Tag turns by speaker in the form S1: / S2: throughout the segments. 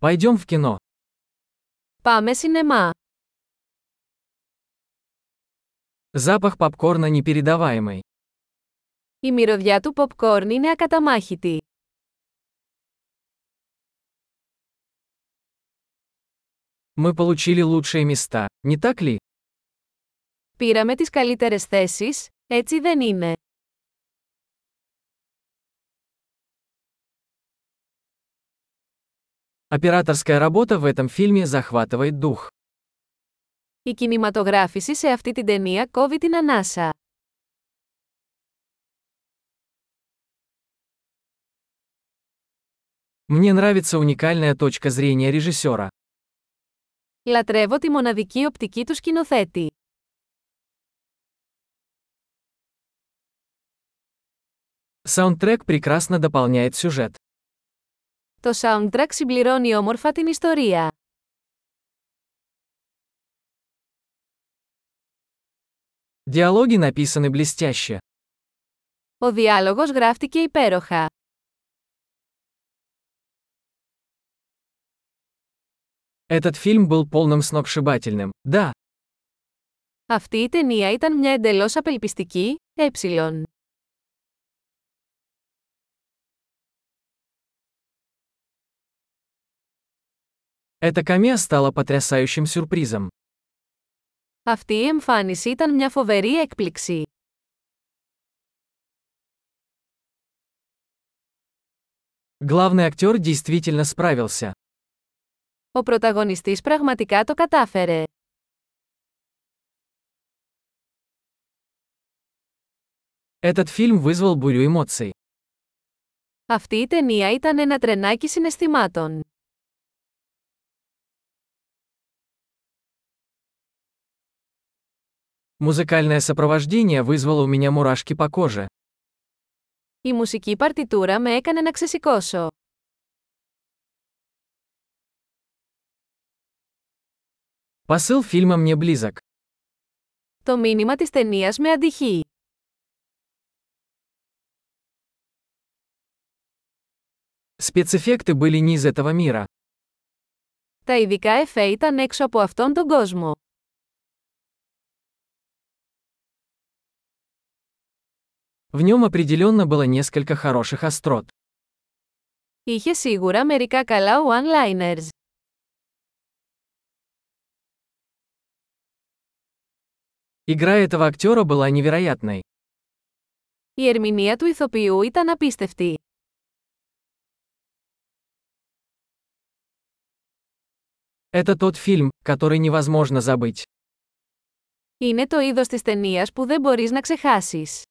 S1: Пойдем в кино.
S2: Πάμε σινεμά.
S1: Запах попкорна непередаваемый.
S2: Η μυρωδιά του popcorn είναι ακαταμάχητη.
S1: Мы получили лучшие места, не так ли?
S2: Πήραμε τις καλύτερες θέσεις, έτσι δεν είναι.
S1: Операторская работа в этом фильме захватывает дух.
S2: Η κινηματογράφηση σε αυτή την ταινία κόβει την ανάσα.
S1: Мне нравится уникальная точка зрения режиссера.
S2: Λατρεύω τη μοναδική οπτική του σκηνοθέτη.
S1: Саундтрек прекрасно дополняет сюжет.
S2: Το soundtrack συμπληρώνει όμορφα την ιστορία.
S1: Диалоги написаны блестяще.
S2: Ο διάλογος γράφτηκε υπέροχα.
S1: Этот фильм был полным сногсшибательным. Да,
S2: Αυτή η ταινία ήταν μια εντελώς απελπιστική, ε.
S1: это камея стало потрясающим сюрпризом.
S2: Αυτή η εμφάνιση ήταν μια φοβερή έκπληξη.
S1: Главный актер действительно справился.
S2: Ο πρωταγωνιστής πραγματικά το κατάφερε.
S1: Этот фильм вызвал бурю эмоций.
S2: Αυτή η ταινία ήταν ένα τρενάκι συναισθημάτων.
S1: Музыкальное сопровождение вызвало у меня мурашки по коже.
S2: Η μουσική παρτιτούρα με έκανε να ξεσηκώσω.
S1: Посыл фильма мне близок.
S2: Το μήνυμα της ταινίας με αντυχεί.
S1: Спецэффекты были не из этого мира.
S2: Τα ειδικά εφέ ήταν έξω από αυτόν τον κόσμο.
S1: В нем определенно было несколько хороших острот.
S2: Είχε σίγουρα μερικά καλά one-liners.
S1: Игра этого актера была невероятной.
S2: Η ερμηνεία του ηθοποιού ήταν απίστευτη.
S1: Это тот фильм, который невозможно забыть.
S2: Είναι το είδος της ταινίας που δεν μπορείς να ξεχάσεις.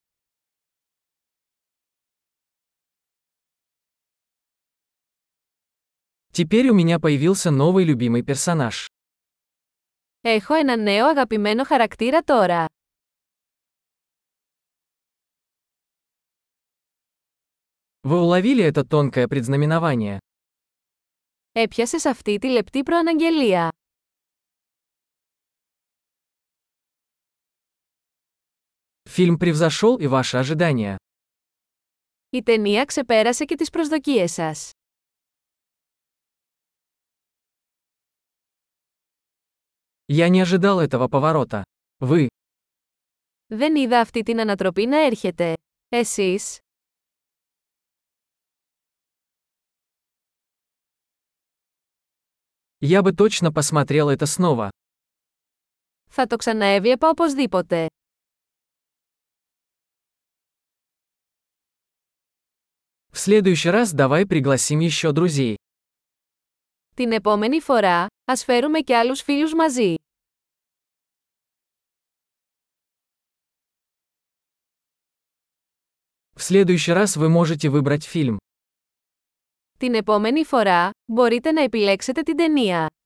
S1: Теперь у меня появился новый любимый персонаж.
S2: Έχω ένα νέο αγαπημένο χαρακτήρα τώρα.
S1: Вы уловили это тонкое предзнаменование.
S2: Έπιασες αυτή τη λεπτή προαναγγελία.
S1: Фильм превзошел и ваши ожидания.
S2: Η ταινία ξεπέρασε και τις προσδοκίες σας.
S1: Я не ожидал этого поворота. Вы.
S2: Δεν είδα αυτή την ανατροπή να έρχεται. Εσείς,
S1: Я бы точно посмотрел это снова.
S2: θα το ξαναέβλεπα οπωσδήποτε.
S1: В следующий раз давай пригласим еще друзей.
S2: Την επόμενη φορά, ας φέρουμε και άλλους φίλους μαζί.
S1: В следующий раз вы можете выбрать фильм.
S2: Την επόμενη φορά, μπορείτε να επιλέξετε την ταινία.